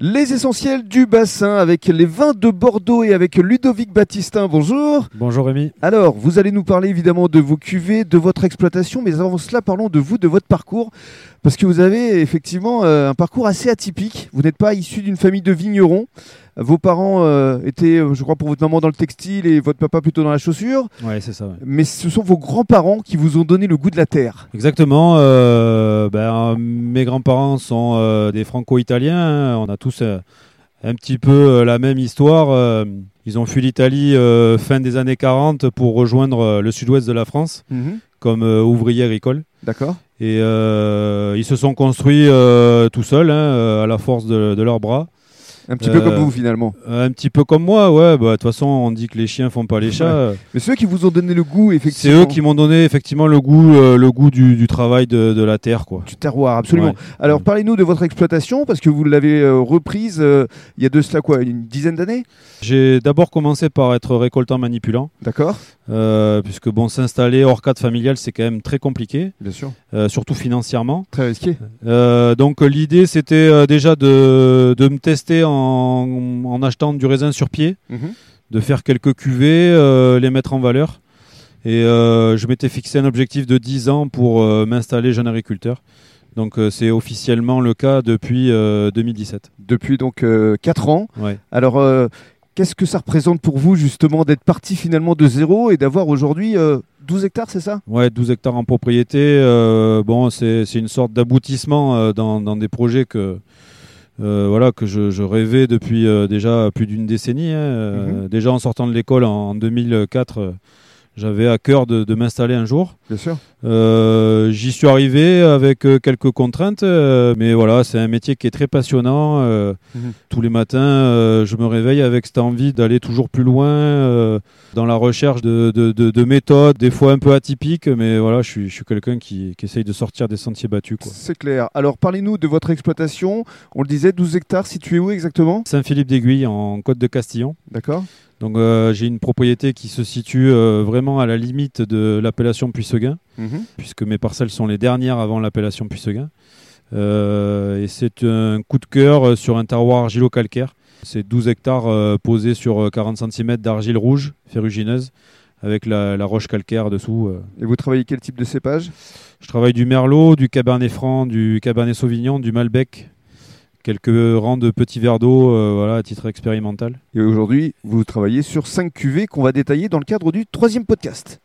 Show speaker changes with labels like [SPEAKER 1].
[SPEAKER 1] Les essentiels du bassin avec les vins de Bordeaux et avec Ludovic Baptistin. Bonjour.
[SPEAKER 2] Bonjour Rémi.
[SPEAKER 1] Alors, vous allez nous parler évidemment de vos cuvées, de votre exploitation, mais avant cela, parlons de vous, de votre parcours, parce que vous avez effectivement euh, un parcours assez atypique. Vous n'êtes pas issu d'une famille de vignerons. Vos parents euh, étaient, euh, je crois, pour votre maman dans le textile et votre papa plutôt dans la chaussure,
[SPEAKER 2] Ouais, c'est ça. ouais.
[SPEAKER 1] mais ce sont vos grands-parents qui vous ont donné le goût de la terre.
[SPEAKER 2] Exactement. euh, ben, mes grands-parents sont euh, des Franco-Italiens. hein. On a tous euh, un petit peu euh, la même histoire. euh. ils ont fui l'Italie euh, fin des années 40 pour rejoindre euh, le sud-ouest de la France comme euh, ouvriers agricoles.
[SPEAKER 1] D'accord.
[SPEAKER 2] Et euh, ils se sont construits euh, tout seuls, hein, euh, à la force de, de leurs bras.
[SPEAKER 1] Un petit peu
[SPEAKER 2] Euh,
[SPEAKER 1] comme vous finalement.
[SPEAKER 2] Un petit peu comme moi, ouais. bah, De toute façon, on dit que les chiens font pas les chats. euh.
[SPEAKER 1] Mais ceux qui vous ont donné le goût,
[SPEAKER 2] C'est
[SPEAKER 1] effectivement.
[SPEAKER 2] eux qui m'ont donné effectivement le goût, euh, le goût du, du travail de, de la terre, quoi.
[SPEAKER 1] Du terroir, absolument.
[SPEAKER 2] Ouais.
[SPEAKER 1] Alors
[SPEAKER 2] Mm.
[SPEAKER 1] parlez-nous de votre exploitation, parce que vous l'avez euh, reprise euh, il y a de cela quoi, une dizaine d'années
[SPEAKER 2] J'ai d'abord commencé par être récoltant manipulant,
[SPEAKER 1] D'accord
[SPEAKER 2] euh, puisque bon, s'installer hors cadre familial, c'est quand même très compliqué,
[SPEAKER 1] Bien sûr.
[SPEAKER 2] euh, surtout financièrement.
[SPEAKER 1] Très risqué.
[SPEAKER 2] Euh, donc euh, l'idée, c'était euh, déjà de, de me tester en, en achetant du raisin sur pied,
[SPEAKER 1] Mhm.
[SPEAKER 2] de faire quelques cuvées, euh, les mettre en valeur. Et euh, je m'étais fixé un objectif de 10 ans pour euh, m'installer jeune agriculteur. Donc euh, c'est officiellement le cas depuis euh, 2017.
[SPEAKER 1] Depuis donc 4 ans.
[SPEAKER 2] Ouais.
[SPEAKER 1] Alors euh, qu'est-ce que ça représente pour vous justement d'être parti finalement de zéro et d'avoir aujourd'hui euh, 12 hectares, c'est ça
[SPEAKER 2] Ouais, 12 hectares en propriété, euh, bon, c'est c'est une sorte d'aboutissement euh, dans, dans des projets que, euh, voilà, que je, je rêvais depuis euh, déjà plus d'une décennie. hein. Euh, Déjà en sortant de l'école en, en 2004, euh, j'avais à cœur de, de m'installer un jour.
[SPEAKER 1] Bien sûr.
[SPEAKER 2] Euh, J'y suis arrivé avec euh, quelques contraintes, euh, mais voilà, c'est un métier qui est très passionnant. euh,
[SPEAKER 1] Mhm.
[SPEAKER 2] Tous les matins, euh, je me réveille avec cette envie d'aller toujours plus loin euh, dans la recherche de, de- de- de méthodes, des fois un peu atypiques, mais voilà, je suis, je suis quelqu'un qui, qui essaye de sortir des sentiers battus. quoi.
[SPEAKER 1] C'est clair. Alors parlez-nous de votre exploitation. On le disait, 12 hectares situés où exactement
[SPEAKER 2] Saint-Philippe d'Aiguille, en Côte de Castillon.
[SPEAKER 1] D'accord
[SPEAKER 2] Donc euh, j'ai une propriété qui se situe euh, vraiment à la limite de l'appellation Puisseguin.
[SPEAKER 1] Mhm.
[SPEAKER 2] puisque mes parcelles sont les dernières avant l'appellation Puisseguin. Euh, et c'est un coup de cœur euh, sur un terroir argilo-calcaire. C'est 12 hectares euh, posés sur euh, 40 cm d'argile rouge ferrugineuse avec la, la roche calcaire dessous. euh.
[SPEAKER 1] Et vous travaillez quel type de cépage
[SPEAKER 2] Je travaille du merlot, du cabernet franc, du cabernet sauvignon, du malbec, quelques rangs de petits verres d'eau euh, voilà, à titre expérimental.
[SPEAKER 1] Et aujourd'hui, vous travaillez sur 5 cuvées qu'on va détailler dans le cadre du troisième podcast.